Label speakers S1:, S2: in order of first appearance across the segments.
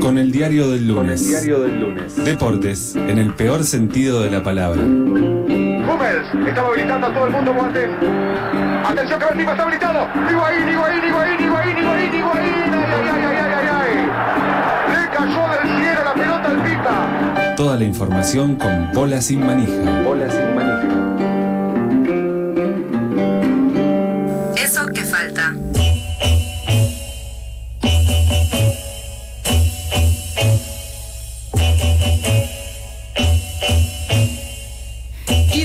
S1: Con el diario del
S2: Con el
S1: lunes.
S2: diario del lunes.
S1: Deportes, en el peor sentido de la palabra.
S3: Hummels estaba habilitando a todo el mundo Boateng. Atención que Benfica está habilitado. Higuaín, Higuaín, Higuaín, Higuaín, Higuaín, Higuaín. Ay, ay, ay, ay, ay, ay. Le cayó del cielo la pelota al Pita.
S1: Toda la información con Pola sin manija.
S2: Bola sin manija.
S4: Eso que falta.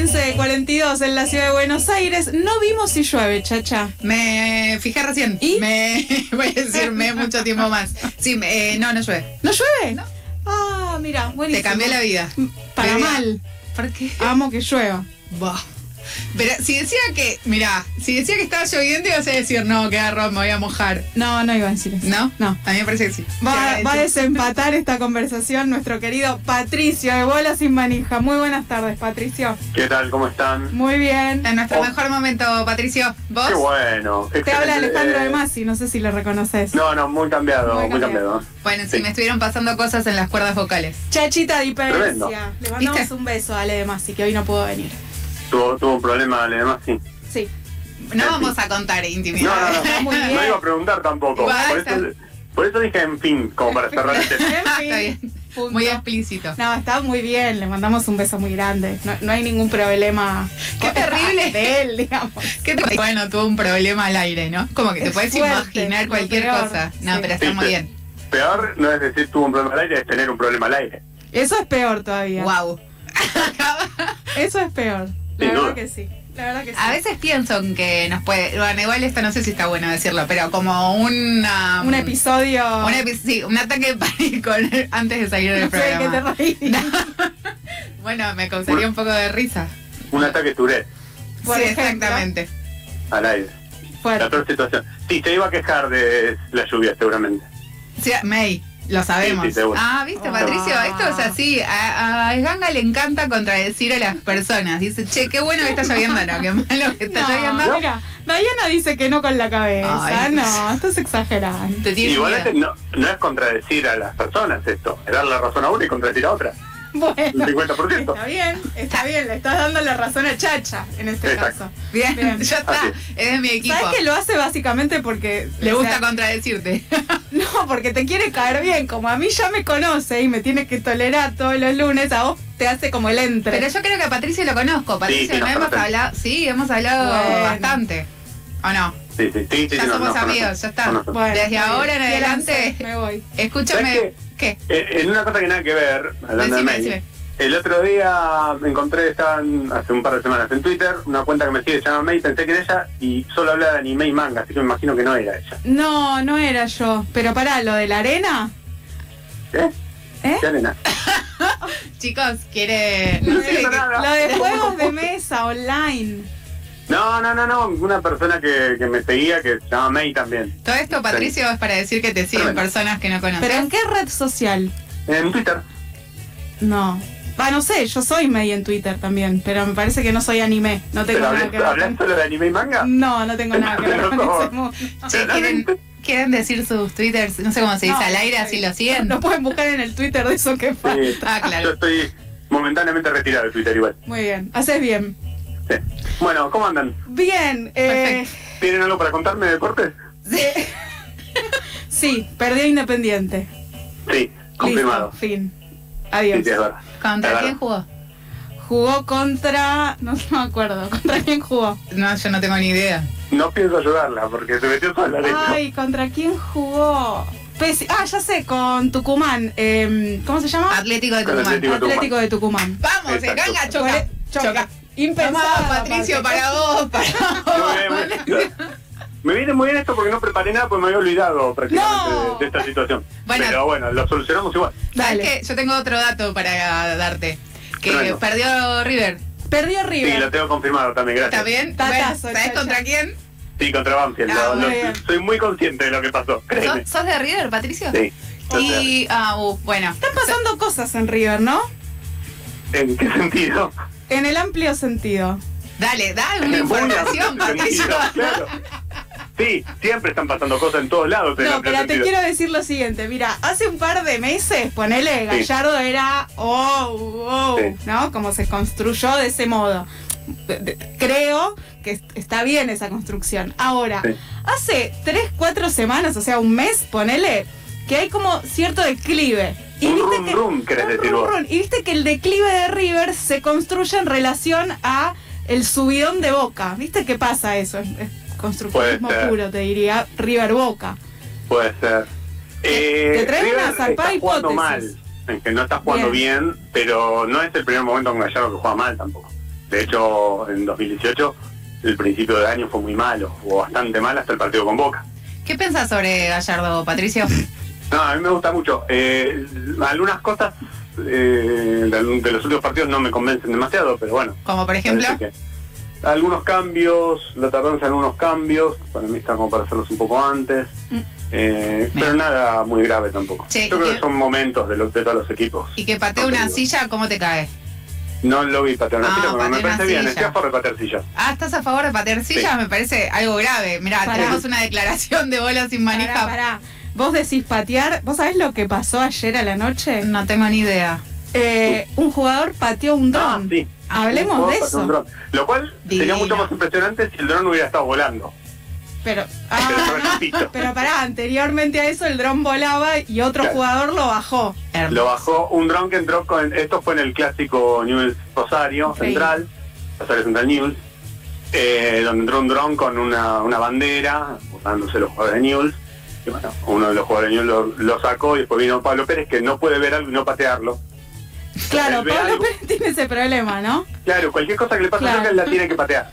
S5: de 42 en la ciudad de Buenos Aires. No vimos si llueve, chacha.
S6: Me fijé recién.
S5: ¿Y?
S6: Me voy a decir me mucho tiempo más. Sí, me- eh, no, no llueve.
S5: ¿No llueve?
S6: No.
S5: Ah, mira, buenísimo. Mm,
S6: Te cambié la vida.
S5: Para
S6: Te-
S5: mal.
S6: ¿Por qué?
S5: Amo que llueva.
S6: Buah. Pero si decía que, mirá, si decía que estaba lloviendo, ibas a decir, no, queda rojo, me voy a mojar.
S5: No, no iba a decir eso.
S6: ¿No?
S5: No.
S6: A mí me parece que sí.
S5: Va,
S6: Te
S5: va a
S6: agradezco.
S5: desempatar esta conversación nuestro querido Patricio de Bola Sin Manija. Muy buenas tardes, Patricio.
S7: ¿Qué tal? ¿Cómo están?
S5: Muy bien.
S6: En nuestro
S7: Oh.
S6: mejor momento, Patricio. ¿Vos?
S7: Qué bueno.
S5: Te habla Alejandro de
S7: más.
S5: Masi, no sé si lo reconoces.
S7: No, no, muy cambiado,
S5: Muy
S7: muy,
S5: cambiado.
S7: cambiado.
S6: Bueno, sí,
S7: Sí.
S6: me estuvieron pasando cosas en las cuerdas vocales.
S5: Chachita Di
S7: Tremendo.
S5: Perencia. Le mandamos
S6: ¿Viste?
S5: un beso a Ale de Masi, que hoy no pudo venir.
S7: Tuvo, tuvo un problema, además, sí.
S5: Sí.
S6: No vamos a contar intimidad.
S7: No, no,
S5: Muy
S7: no.
S5: bien.
S7: No iba a preguntar tampoco.
S6: Basta.
S7: Por eso, por eso dije en fin, como para cerrar este el tema.
S5: En fin,
S6: Está bien.
S5: punto.
S6: Muy explícito.
S5: No, está muy bien, le mandamos un beso muy grande. No, no hay ningún problema.
S6: Qué terrible.
S5: De él, digamos.
S6: ¿Qué te- bueno, tuvo un problema al aire, ¿no? Como que te
S5: Es
S6: puedes
S5: fuerte,
S6: imaginar
S5: lo
S6: cualquier
S5: peor,
S6: cosa. No,
S5: sí.
S6: pero está
S7: Sí,
S6: muy
S7: sí.
S6: bien.
S7: Peor no es decir tuvo un problema al aire, es tener un problema al aire.
S5: Eso es peor todavía.
S6: Wow.
S5: Eso es peor. La
S7: Sin
S5: verdad
S7: duda.
S5: que sí. La verdad que sí.
S6: A veces pienso en que nos puede. Bueno, igual esto no sé si está bueno decirlo, pero como una.
S5: un episodio.
S6: un epi- sí, un ataque de pánico antes de salir del
S5: No sé de qué te
S6: programa.
S5: reís.
S6: Bueno, me causaría un poco de risa.
S7: Un ataque Tourette
S5: Por
S6: sí,
S5: ejemplo.
S6: exactamente.
S7: al aire. La
S5: Fuerte.
S7: peor situación. Sí, se iba a quejar de la lluvia, seguramente.
S6: Sí, May, lo sabemos.
S7: Sí, sí, seguro.
S6: ah, viste,
S5: Ah.
S6: Patricio, esto es así. A, a Ganga le encanta contradecir a las personas. Dice, che, qué bueno que está lloviendo, no, qué malo que está lloviendo.
S5: No, mira, Diana dice que no con la cabeza.
S6: Ay.
S5: No, estás exagerando.
S6: Te tiene
S7: Igualmente
S6: miedo.
S7: este no, no es contradecir a las personas esto, es dar la razón a una y contradecir a otra.
S5: Bueno.
S7: El 50%.
S5: Está bien, está bien, le estás dando la razón a Chacha en este
S7: Exacto.
S5: caso.
S6: Bien,
S5: Bien.
S6: ya está.
S7: Así
S6: Es de mi equipo.
S5: ¿Sabes que lo hace básicamente porque
S6: Le
S5: o
S6: gusta
S5: sea,
S6: contradecirte.
S5: No, porque te quiere caer bien. Como a mí ya me conoce y me tiene que tolerar todos los lunes, a vos te hace como el entre.
S6: Pero yo creo que a Patricio lo conozco.
S7: sí,
S6: Patricio, no
S7: nos
S6: hemos
S7: conocemos.
S6: hablado. Sí, hemos hablado
S5: Bueno.
S6: bastante. ¿O no?
S7: Sí, sí, sí. sí,
S6: Ya
S7: sí, no,
S6: somos
S7: no,
S6: amigos,
S7: conocen,
S6: ya está.
S7: conocen.
S6: desde ahora en
S5: y el
S6: adelante-
S5: once, Me voy.
S6: Escúchame.
S7: ¿Sabes
S6: ¿Qué?
S7: Eh, en una cosa que nada que ver, hablando
S6: Decime,
S7: de
S6: decime.
S7: May, el otro día me encontré, estaban hace un par de semanas en Twitter, una cuenta que me sigue, se llama May, pensé que era ella y solo habla de anime y manga, así que me imagino que no era
S6: ¿Eh?
S7: ella.
S5: No, no era yo. Pero pará, lo de la arena.
S7: ¿Eh?
S5: ¿Eh?
S7: ¿Qué nena?
S6: Chicos, quiere.
S7: No
S6: No sé.
S7: entiendo nada.
S5: Lo de juegos de mesa online.
S7: No, no, no, no, una persona que, que me seguía que se llama May también.
S6: Todo esto, Patricio, es para decir que te siguen
S7: Tremendo.
S6: personas que no conoces.
S5: ¿Pero en qué red social?
S7: En Twitter.
S5: No. Va, no sé, yo soy medio en Twitter también, pero me parece que no soy anime. No
S7: ¿Pero
S5: tengo nada
S7: hablas,
S5: que ver.
S7: hablas
S5: con-
S7: solo de anime y manga?
S6: Mm,
S5: No, no tengo nada que ver con ese mundo.
S6: Che, ¿quieren, quieren decir sus twitters? No sé cómo se dice
S5: No,
S6: al aire,
S5: está
S6: así
S5: bien.
S6: lo siguen.
S5: Lo pueden buscar en el Twitter de eso que pasa.
S7: Sí.
S6: Ah,
S7: Yo
S6: claro.
S7: estoy momentáneamente retirado de Twitter igual.
S5: Muy bien, haces bien.
S7: Sí. Bueno, ¿cómo andan?
S5: Bien, eh,
S7: ¿Tienen algo para contarme de deportes?
S5: sí, perdió Independiente.
S7: Sí, confirmado.
S5: Listo, fin.
S7: Sí,
S5: Adiós.
S7: sí, es verdad. Es
S6: ¿Contra
S7: verdad.
S6: quién jugó?
S5: Jugó contra. No, no me acuerdo. ¿Contra quién jugó?
S6: No, yo no tengo ni idea.
S7: No pienso ayudarla porque se metió sola. de hecho.
S5: Ay, ¿contra quién jugó? Pesi- ah, ya sé, con Tucumán. Em, ¿Cómo se llama?
S6: Atlético de
S7: Con
S6: Tucumán.
S7: Atlético. Tucumán.
S5: Atlético de Tucumán. e-,
S6: Vamos, se
S7: Exacto.
S6: ganga, choca. Choca.
S5: Impensado.
S6: Tomá, Patricio, para vos, para
S7: Muy bien, muy
S6: vos.
S7: bien. Me viene muy bien esto porque no preparé nada porque me había olvidado prácticamente
S5: No.
S7: de, de esta situación.
S6: Bueno.
S7: Pero bueno, lo solucionamos igual.
S6: ¿Sabes
S5: Dale.
S6: qué? Yo tengo otro dato para darte. Que
S7: Tremendo.
S6: perdió River.
S5: Perdió
S7: Sí, lo
S5: River.
S7: tengo confirmado también, gracias.
S6: ¿Está bien?
S5: Tatazo,
S6: Bueno, ¿Sabes
S5: chacha.
S6: contra quién?
S7: Sí, contra Banfield.
S6: Ah,
S7: lo-
S5: muy
S7: lo-
S5: bien.
S7: soy muy consciente de lo que pasó, créeme.
S6: ¿Sos, sos de River, Patricio?
S7: Sí.
S6: Y. Ah, uh, bueno.
S5: Están pasando cosas en River, ¿no?
S7: ¿En qué sentido?
S5: En el amplio sentido.
S6: Dale, dale una
S7: En muy
S6: información,
S7: amplio
S6: Patricio.
S7: sentido, claro. Sí, siempre están pasando cosas en todos lados. en
S5: No,
S7: la
S5: pero te
S7: Argentina.
S5: quiero decir lo siguiente, mira, hace un par de meses, ponele, Gallardo era, oh, oh,
S7: Sí.
S5: ¿no? Como se construyó de ese modo. De- de- Creo que est- está bien esa construcción. Ahora,
S7: Sí.
S5: hace tres, cuatro semanas, o sea, un mes, ponele, que hay como cierto declive.
S7: Un rum rum, querés
S5: un
S7: decir
S5: rum
S7: vos.
S5: rum. Y viste que el declive de River se construye en relación a el subidón de Boca. ¿Viste qué pasa eso? Es, es constructivismo
S7: Puede ser.
S5: puro, te diría River Boca.
S7: Puede ser. Eh,
S5: Te- te traigo
S7: River
S5: una zarpada
S7: está jugando
S5: hipótesis.
S7: mal, en que no está jugando bien. pero no es el primer momento con Gallardo que juega mal tampoco. De hecho, en 2018 el principio de año fue muy malo, o bastante mal hasta el partido con Boca.
S6: ¿Qué pensás sobre Gallardo, Patricio?
S7: No, a mí me gusta mucho. Eh, algunas cosas eh, de, de los últimos partidos no me convencen demasiado, pero bueno.
S6: Como por ejemplo.
S7: parece que- Algunos cambios, la tardanza en unos cambios, para mí está como para hacerlos un poco antes,
S5: Mm.
S7: eh, pero nada muy grave tampoco.
S6: Sí,
S7: Yo creo
S6: y-
S7: que son momentos de, los, de todos los equipos.
S6: Y que patee una silla, ¿cómo te cae?
S7: No lo vi patear una
S6: Ah,
S7: silla, pero me
S6: patear una
S7: parece bien,
S6: silla.
S7: estoy a favor de patear sillas.
S6: Ah, ¿estás a favor de patear sillas?
S7: Sí.
S6: Me parece algo grave. Mirá,
S5: Pará.
S6: tenemos una declaración de bola sin
S5: Pará,
S6: manija.
S5: pará. Vos decís patear. ¿Vos sabés lo que pasó ayer a la noche?
S6: No tengo ni idea.
S5: Eh, un jugador pateó un
S7: Ah,
S5: dron.
S7: sí.
S5: Hablemos
S7: Vos
S5: de
S7: pateás un
S5: eso.
S7: dron. Lo cual sería
S6: Divino.
S7: mucho más impresionante si el dron hubiera estado volando.
S5: Pero,
S7: Pero
S5: ah,
S7: yo repito.
S5: pero pará, anteriormente a eso el dron volaba y otro
S7: Claro.
S5: jugador lo bajó.
S6: Herm-
S7: Lo bajó un dron que entró con. Esto fue en el clásico News Rosario
S5: Sí.
S7: Central, Rosario Central News, eh, donde entró un dron con una, una bandera, burlándose los jugadores de News. Y bueno, uno de los jugadores de News lo, lo sacó y después vino Pablo Pérez, que no puede ver algo y no patearlo.
S5: Claro,
S7: Él ve
S5: Pablo
S7: algo.
S5: Pérez tiene ese problema, ¿no?
S7: Claro, cualquier cosa que le pase
S5: Claro.
S7: cerca, él la tiene que patear.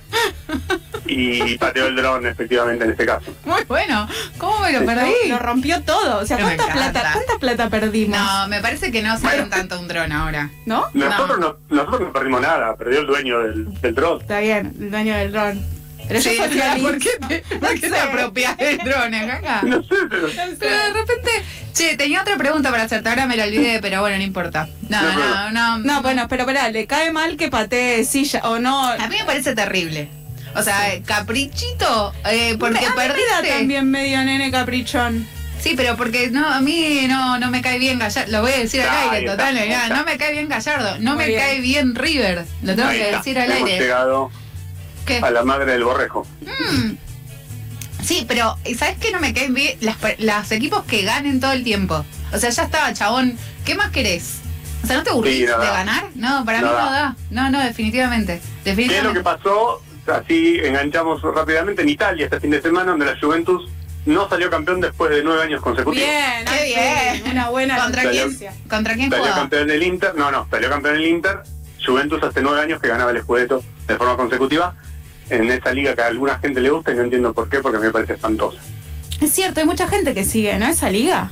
S7: Y pateó el dron, efectivamente, en este caso.
S6: Muy bueno. ¿Cómo me lo perdí?
S5: Lo rompió todo. O sea,
S6: Pero me
S5: ¿cuánta
S6: encanta.
S5: plata, cuánta plata perdimos?
S6: No, me parece que no usaron tanto un dron ahora.
S5: ¿No?
S7: Nosotros no, nosotros no perdimos nada, perdió el dueño del, del dron.
S5: Está bien, el dueño del dron. Pero
S6: Sí,
S5: yo soy
S6: claro,
S5: feliz.
S6: ¿Por qué te, por qué
S5: No
S6: te
S5: sé.
S6: apropias del dron acá?
S7: No sé, pero.
S6: Pero de repente, che, tenía otra pregunta para hacerte, ahora me la olvidé, pero bueno, no importa. No,
S7: No hay
S6: no,
S7: problema.
S6: no.
S5: No, bueno, pero pará, le cae mal que patee silla o no.
S6: A mí me parece terrible. O sea, caprichito, eh, porque
S5: A mí me da
S6: perdiste.
S5: también medio nene caprichón.
S6: Sí, pero porque no, a mí no, no me cae bien Gallardo. Lo voy a decir
S7: Ahí
S6: al aire,
S7: está,
S6: total.
S7: ahí
S6: ya,
S7: está.
S6: no me cae bien Gallardo. No
S5: Muy
S6: me
S5: bien.
S6: cae bien River. Lo tengo
S7: Ahí
S6: que
S7: está,
S6: decir al
S7: Hemos
S6: aire.
S7: llegado
S6: ¿Qué?
S7: a la madre del borrejo.
S6: Sí, pero ¿sabes qué no me caen bien? Las, per- los equipos que ganen todo el tiempo. O sea, ya estaba, chabón. ¿Qué más querés? O sea, ¿no te aburrís
S7: Sí, no
S6: de
S7: da.
S6: ganar? No, para
S7: No
S6: mí
S7: da.
S6: no da. No, no,
S7: ¿Qué
S6: definitivamente.
S7: es lo que
S6: Definitivamente.
S7: pasó? Así enganchamos rápidamente en Italia este fin de semana, donde la Juventus no salió campeón después de nueve años consecutivos.
S5: Bien,
S6: Qué
S5: al fin,
S6: bien.
S5: Una buena
S6: ¿Contra quién,
S5: noticia.
S6: ¿Contra quién
S7: Salió
S6: jugaba?
S7: campeón el Inter, no, no, salió campeón el Inter. Juventus hace nueve años que ganaba el Scudetto de forma consecutiva en esa liga que a alguna gente le gusta y no entiendo por qué, porque me parece espantosa.
S5: Es cierto, hay mucha gente que sigue, ¿no? Esa liga.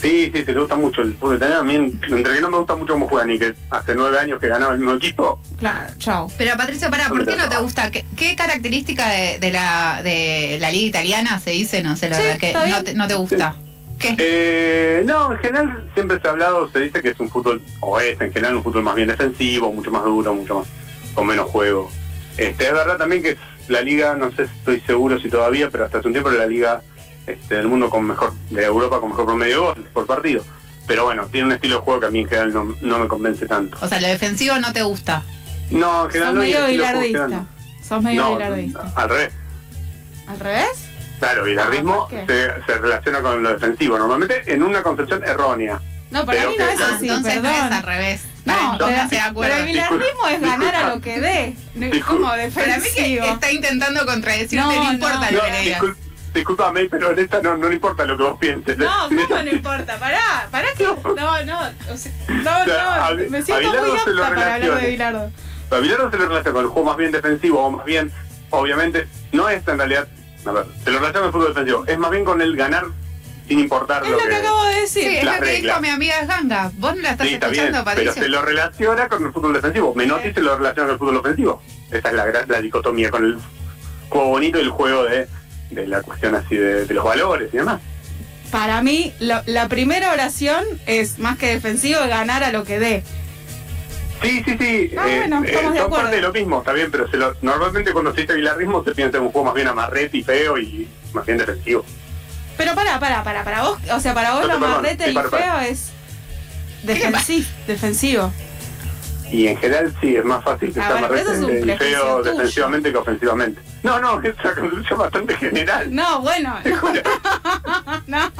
S7: Sí, sí, sí, le gusta mucho el fútbol italiano. A mí, entre que no me gusta mucho cómo juegan y que hace nueve años que ganaba el mismo equipo,
S5: Claro, chao.
S6: Pero Patricia, pará, ¿por qué no te gusta? ¿Qué, qué característica de, de la, de la liga italiana se dice? No sé, la
S5: Sí,
S6: verdad que
S5: está
S6: no
S5: bien.
S6: te, no te gusta. ¿Qué?
S7: Eh, no, en general siempre se ha hablado, se dice que es un fútbol, o es en general un fútbol más bien defensivo, mucho más duro, mucho más, con menos juego. Este, es verdad también que es la liga, no sé, estoy seguro si todavía, pero hasta hace un tiempo era la liga este, del mundo con mejor, de Europa con mejor promedio de goles por partido. Pero bueno, tiene un estilo de juego que a mí en general no, no me convence tanto.
S6: O sea, lo defensivo no te gusta.
S7: No, en
S5: Sos
S7: general no y el
S5: medio
S7: estilo de juego
S5: bilardista.
S7: general-
S5: Sos medio
S7: no,
S5: bilardista.
S7: al revés.
S5: ¿Al revés?
S7: Claro, bilardismo
S5: Ah, ¿por qué?
S7: se, se relaciona con lo defensivo, normalmente en una concepción errónea.
S5: No, para
S7: Pero
S5: mí no
S7: que-
S5: es
S6: Ah,
S5: así,
S6: entonces no es al
S5: perdón.
S6: revés.
S5: No,
S6: No, no
S5: pero,
S6: se de
S5: pero el
S6: acuerdo.
S5: bilardismo es
S7: Disculpa.
S5: ganar a lo que dé. No- Como
S7: Disculpa.
S6: Para mí que
S5: defensivo.
S6: está intentando contradecirte,
S5: No,
S6: no,
S5: no.
S6: importa
S7: No,
S6: lo que le digas.
S7: discul- discúlpame, pero en esta no, no le importa lo que vos pienses.
S5: No, ¿cómo no importa? Pará, pará que. No, no. o sea, no,
S7: sea,
S5: no.
S7: a-
S5: Me
S7: a
S5: siento
S7: Bilardo
S5: muy
S7: se lo
S5: apta para hablar de
S7: relaciona.
S5: Bilardo.
S7: A Bilardo se lo relaciona con el juego más bien defensivo, o más bien, obviamente, no es en realidad. A ver, se lo relaciona con el fútbol defensivo, es más bien con el ganar sin importar
S5: Es
S7: lo,
S5: lo que acabo de decir.
S6: Sí, es
S7: las
S6: lo que dijo
S7: reglas.
S6: mi amiga Ganga. Vos no la estás
S7: Sí, está bien,
S6: escuchando,
S7: pero
S6: Patricio.
S7: se lo relaciona con el fútbol defensivo. Menotti
S5: Sí.
S7: se lo relaciona con el fútbol ofensivo. Esa es la, gran- la dicotomía con el juego bonito y el juego de, de la cuestión así de, de los valores y demás.
S5: Para mí, lo- la primera oración es más que defensivo, ganar a lo que dé.
S7: Sí, sí, sí. eh,
S5: Ah, bueno, estamos de
S7: son
S5: acuerdo.
S7: parte de lo mismo, está bien, pero se lo- normalmente cuando se dice bilarrismo se piensa en un juego más bien amarrete y feo y más bien defensivo.
S5: Pero para, para, para, para vos, o sea, para vos
S7: No,
S5: lo
S7: no, perdón,
S5: marrete
S7: sí,
S5: y
S7: para, para.
S5: feo es
S6: le pasa?
S5: defensi- defensivo.
S7: Y en general sí, es más fácil que
S5: Ah,
S7: sea
S5: bueno, pero eso es un
S7: marrete y
S5: prejuicio
S7: feo
S5: tuyo.
S7: defensivamente que ofensivamente. No, no, es una conclusión bastante general.
S5: No, bueno, no,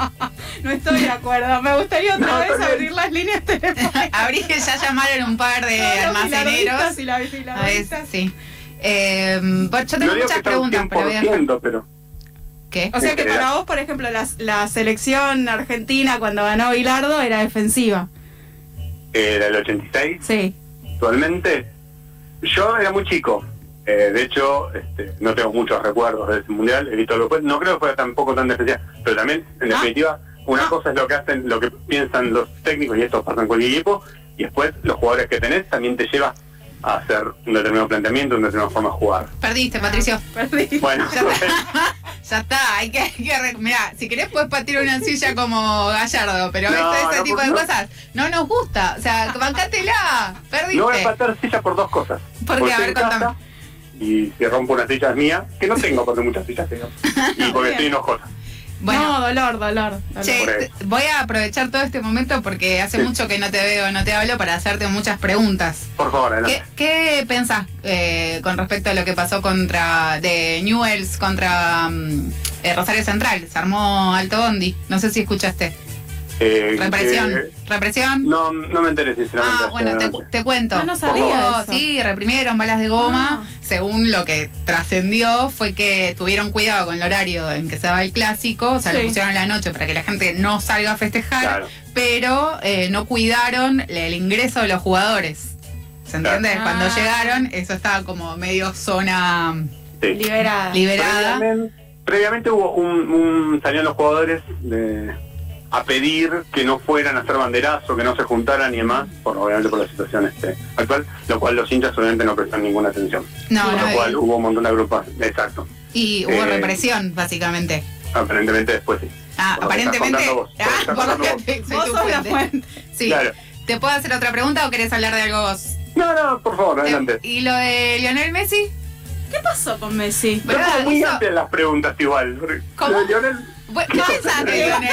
S5: no estoy de acuerdo. Me gustaría otra
S7: No,
S5: vez
S7: también.
S5: abrir las líneas
S6: Eh,
S5: telefónicas.
S6: Abrí que ya llamaron un par de almaceneros.
S5: almaceneros. Y la, y la
S6: A ver, sí. Eh, bueno, yo tengo
S7: no digo
S6: muchas
S7: que sea un
S6: preguntas, pero voy a dejar-
S7: 100%, pero
S6: ¿Qué?
S5: O sea que
S7: En general.
S5: para vos, por ejemplo, la, la selección argentina cuando ganó Bilardo era defensiva.
S7: era el 86
S5: Sí.
S7: actualmente. Yo era muy chico. Eh, de hecho, este, no tengo muchos recuerdos de ese mundial. He visto lo que- no creo que fuera tampoco tan defensiva. Pero también, en
S5: Ah.
S7: definitiva, una
S5: Ah.
S7: cosa es lo que hacen, lo que piensan los técnicos y esto pasa en cualquier equipo. Y después, los jugadores que tenés también te lleva a hacer un determinado planteamiento, una determinada forma de jugar.
S6: Perdiste, Patricio.
S5: Perdí.
S7: Bueno,
S6: Ya está, hay que, hay que re- mirá, si querés puedes patir una silla como Gallardo, pero
S7: No,
S6: este, este
S7: no,
S6: tipo
S7: por-
S6: de
S7: no.
S6: cosas no nos gusta. O sea, bancátela, perdiste.
S7: no voy a faltar silla por dos cosas.
S6: ¿Por qué?
S7: Porque
S6: A ver,
S7: estoy en casa
S6: contame.
S7: Y si rompo una silla es mía, que no tengo, porque muchas sillas tengo. Y porque estoy
S5: Bien.
S7: enojada.
S6: bueno,
S5: no, dolor, dolor. dolor.
S6: che,
S7: por eso.
S6: te- voy a aprovechar todo este momento porque hace
S7: Sí.
S6: mucho que no te veo, no te hablo para hacerte muchas preguntas.
S7: Por favor,
S6: ¿Qué,
S7: adelante.
S6: qué pensás eh, con respecto a lo que pasó contra de Newells contra mm, eh, Rosario Central? Se armó Alto Bondi. No sé si escuchaste.
S7: Eh,
S6: Represión.
S7: eh,
S6: Represión.
S7: no, no me enteré, sinceramente.
S6: Ah, bueno, te, cu- te cuento.
S5: No, no sabía
S6: Hubo-
S5: eso. Ah.
S6: Sí, reprimieron balas de goma. Según lo que trascendió fue que tuvieron cuidado con el horario en que se daba el clásico. O sea, lo
S5: Sí.
S6: pusieron a la noche para que la gente no salga a festejar.
S7: Claro.
S6: Pero eh, no cuidaron el ingreso de los jugadores. ¿Se entiende?
S5: Claro.
S6: Cuando
S5: Ah.
S6: llegaron, eso estaba como medio zona
S7: Sí.
S5: Liberada.
S6: liberada.
S7: Previamente, previamente hubo un, un- salieron los jugadores de- a pedir que no fueran a hacer banderazo, que no se juntaran y demás, por, obviamente por la situación este, actual, lo cual los hinchas obviamente no prestan ninguna atención.
S6: No,
S7: Con lo cual
S6: no.
S7: hubo un montón de agrupas, exacto.
S6: Y hubo
S7: eh,
S6: represión, básicamente.
S7: Aparentemente después sí.
S6: Ah,
S7: por lo que estás contando
S6: aparentemente.
S7: vos, por lo que
S6: Ah,
S7: estás
S6: por lo
S7: contando
S6: que- soy
S5: Vos
S6: tu
S5: sos la
S6: fuente.
S5: fuente.
S6: Sí.
S7: Claro.
S6: ¿Te puedo hacer otra pregunta o querés hablar de algo vos?
S7: No, no, por favor,
S6: Eh,
S7: adelante.
S6: ¿Y lo de Lionel Messi?
S5: ¿Qué pasó con Messi?
S7: Pero
S6: ¿verdad?
S7: son muy
S6: Eso-
S7: amplias las preguntas igual. porque
S6: ¿Cómo?
S7: lo de Lionel,
S6: Bueno, no pensaste, Lionel.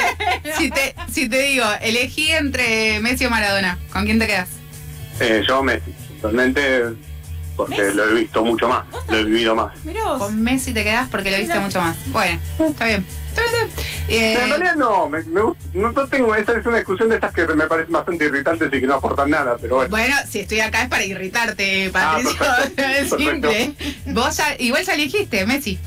S6: Si te, si te digo, elegí entre Messi o Maradona, ¿con quién te quedas?
S7: eh, yo Messi, realmente, porque
S5: Messi.
S7: lo he visto mucho más, lo he vivido más.
S5: Mirá vos.
S6: Con Messi te quedas porque lo viste
S5: Mira.
S6: mucho más. Bueno, está bien. Está bien, está bien. Eh,
S7: en realidad no, me, me gust- no, no tengo, esa es una discusión de estas que me parecen bastante irritantes y que no aportan nada, pero bueno.
S6: bueno, si estoy acá es para irritarte, Patricio.
S7: Ah,
S6: es
S7: perfecto,
S6: simple. Vos ya- igual ya elegiste, Messi.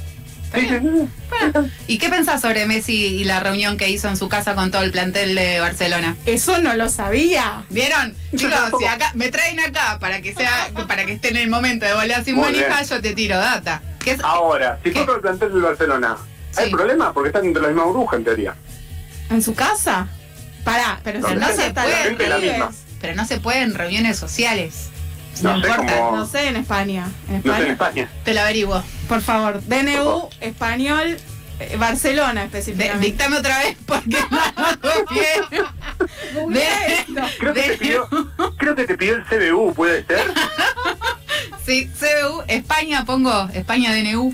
S6: Está
S7: Sí,
S6: bien.
S7: sí, sí, sí.
S6: ¿Y qué pensás sobre Messi y la reunión que hizo en su casa con todo el plantel de Barcelona?
S5: Eso no lo sabía.
S6: ¿Vieron? Chicos, si acá me traen acá para que sea, para que esté en el momento de volar sin
S7: Muy
S6: manija,
S7: bien.
S6: yo te tiro data. Que es-
S7: Ahora, si
S6: ¿Qué?
S7: fue con el plantel del Barcelona, ¿hay
S6: Sí.
S7: problema? Porque están entre la misma burbuja en teoría.
S5: ¿En su casa? Pará, pero si
S7: No,
S5: no
S7: la
S5: se está
S6: gente- la
S5: en
S6: gente es
S7: la
S5: River.
S7: misma.
S6: Pero no se pueden reuniones sociales. No,
S7: No sé
S6: importa.
S7: cómo-
S5: No sé, en España. En
S7: No sé en
S5: España.
S7: España.
S6: Te lo averiguo.
S5: Por favor, DNU, español, eh, Barcelona
S6: De-
S5: específicamente.
S6: dictame otra vez porque no lo copié.
S5: Googlea
S6: de-
S5: esto.
S7: Creo que,
S6: De-
S7: te pidió, creo que te pidió el CBU, ¿puede ser?
S6: Sí, CBU, España pongo, España DNU.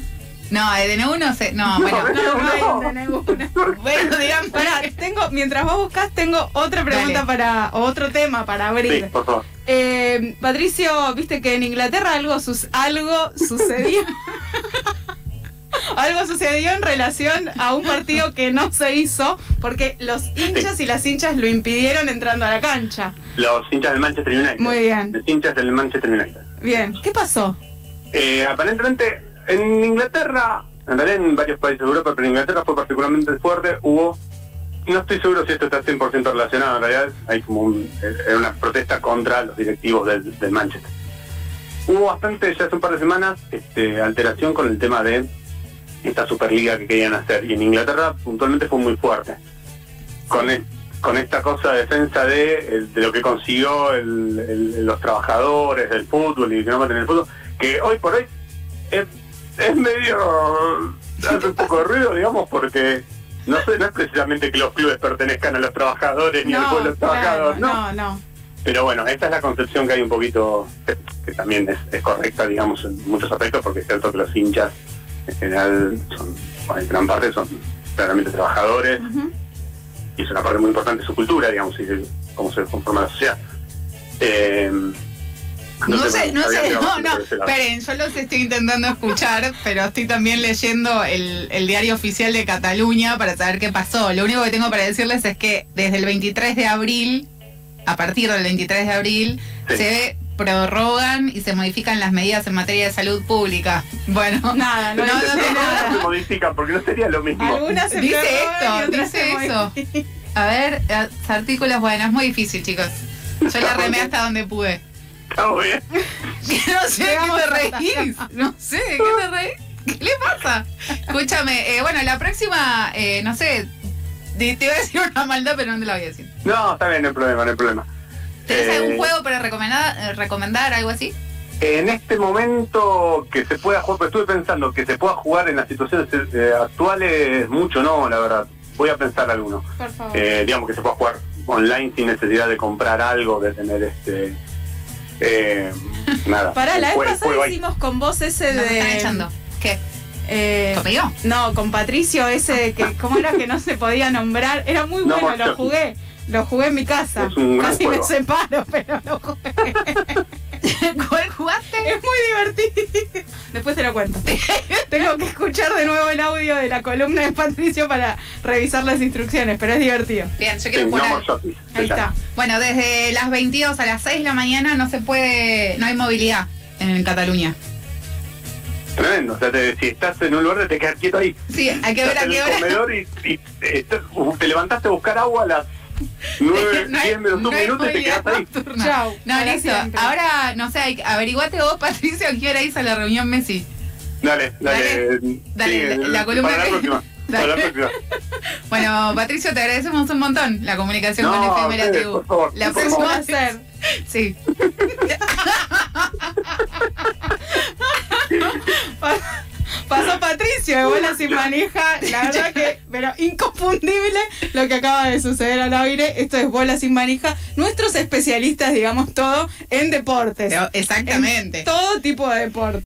S6: No, de DNU no sé. No, bueno.
S7: ¿ves?
S5: No, no hay
S7: No.
S5: un DNU. no.
S6: Bueno, digan,
S5: Pará, tengo, mientras vos buscas, tengo otra pregunta
S6: Dale.
S5: para, o otro tema para
S7: Sí,
S5: abrir.
S7: por favor.
S5: Eh, Patricio, viste que en Inglaterra algo, sus, algo sucedió. algo sucedió en relación a un partido que no se hizo porque los hinchas y las hinchas lo impidieron entrando a la cancha.
S7: Los hinchas del Manchester United.
S5: Muy bien.
S7: Los hinchas del Manchester United.
S5: Bien, ¿qué pasó?
S7: Eh, aparentemente en Inglaterra, en realidad en varios países de Europa, pero en Inglaterra fue particularmente fuerte, hubo, no estoy seguro si esto está 100% relacionado, en realidad hay como un- eh, era una protesta contra los directivos del, del Manchester. Hubo bastante, ya hace un par de semanas, este, alteración con el tema de esta Superliga que querían hacer, y en Inglaterra puntualmente fue muy fuerte. Con, e- con esta cosa de defensa de, el- de lo que consiguió el- el- los trabajadores del fútbol y que no maten el fútbol, que hoy por hoy es, es medio hace un poco de ruido digamos porque no sé no es precisamente que los clubes pertenezcan a los trabajadores ni al pueblo
S5: No, claro,
S7: trabajador no.
S5: no, no.
S7: pero bueno esta es la concepción que hay un poquito que, que también es, es correcta digamos en muchos aspectos porque es cierto que los hinchas en general son en gran parte son claramente trabajadores
S5: Ujú.
S7: y es una parte muy importante de su cultura, digamos, y de cómo se conforma la sociedad. Eh,
S6: No
S7: entonces,
S6: sé,
S7: bueno,
S6: no
S7: sabía
S6: sé,
S7: que íbamos
S6: no,
S7: a
S6: no,
S7: por ese lado.
S6: esperen, yo los estoy intentando escuchar, pero estoy también leyendo el, el diario oficial de Cataluña para saber qué pasó. Lo único que tengo para decirles es que desde el 23 de abril, a partir del 23 de abril,
S7: Sí.
S6: se prorrogan y se modifican las medidas en materia de salud pública. Bueno,
S5: Nada, no,
S6: No,
S5: no,
S6: no,
S5: dice
S6: no,
S5: nada.
S7: se modifica porque no sería lo mismo.
S5: Algunas se
S6: Dice
S5: prorrogan
S6: esto,
S5: y otras
S6: dice
S5: se
S6: eso.
S5: modifican.
S6: a ver, eh, artículos, bueno, es muy difícil, chicos. Yo la remé hasta donde pude.
S7: Está bien.
S6: Que no sé de
S5: Llegamos
S6: qué
S5: hasta
S6: te reís. No sé de qué te reís. ¿Qué le pasa? Escúchame, eh, bueno, la próxima, eh, no sé, te, te iba a decir una maldad, pero no te la voy a decir.
S7: No, está bien, no hay problema, no hay problema.
S6: ¿Tenés
S7: Eh,
S6: algún juego para recomendar, eh, recomendar algo así?
S7: En este momento que se pueda jugar, pero estuve pensando que se pueda jugar en las situaciones eh, actuales, mucho no, la verdad. Voy a pensar alguno.
S5: Por favor.
S7: Eh, digamos que se pueda jugar online sin necesidad de comprar algo, de tener este... eh, nada.
S5: Pará, la
S7: El jue-
S5: vez
S7: juego
S5: pasada
S7: ahí.
S5: hicimos con vos ese
S6: Nos están
S5: de.
S6: echando. ¿Qué?
S5: eh,
S6: ¿Conmigo?
S5: no, con Patricio ese que, ¿cómo era que no se podía nombrar? Era muy
S7: No,
S5: bueno, lo
S7: Monster.
S5: jugué. Lo jugué en mi casa.
S7: Es un gran
S5: Casi me
S7: juego.
S5: separo, pero lo jugué.
S6: ¿Cuál jugaste?
S5: Es muy divertido. Después te lo cuento. Tengo que escuchar de nuevo el audio de la columna de Patricio para revisar las instrucciones, pero es divertido.
S6: Bien, yo
S7: Sí,
S6: quiero
S7: No
S6: jugar.
S7: More Shorties, se
S5: Ahí está.
S7: llama.
S6: Bueno, desde las 22 a las 6 de la mañana no se puede, no hay movilidad en Cataluña.
S7: Tremendo. O sea, te- si estás en un lugar, te quedas quieto ahí.
S6: Sí, hay que ver
S7: Estás
S6: a
S7: en
S6: qué
S7: el
S6: hora.
S7: comedor y, y estás- te levantaste a buscar agua a las 9,
S6: No hay-
S7: 10 menos un
S6: no hay
S7: minuto y te
S6: movilidad
S7: quedas ahí.
S6: nocturna.
S5: Chau,
S6: No,
S5: para
S6: listo.
S5: siempre.
S6: Ahora, no sé, hay- averiguate vos, Patricio, a qué hora hizo la reunión Messi.
S7: Dale, dale.
S6: dale,
S7: Sí, eh,
S6: la- la columna
S7: Para la
S6: que-
S7: próxima. Para la
S6: Dale.
S7: próxima.
S6: Bueno, Patricio, te agradecemos un montón la comunicación
S7: No,
S6: con
S7: a
S6: FM La
S7: ustedes,
S6: Tribu.
S7: por favor,
S6: La
S7: por
S5: Es un
S7: favor.
S6: próxima.
S5: placer.
S6: Sí.
S5: Pasó Patricio de bola sin manija, la verdad que, pero inconfundible lo que acaba de suceder al aire. Esto es bola sin manija. Nuestros especialistas, digamos todo, en deportes.
S6: Exactamente.
S5: Todo tipo de deportes.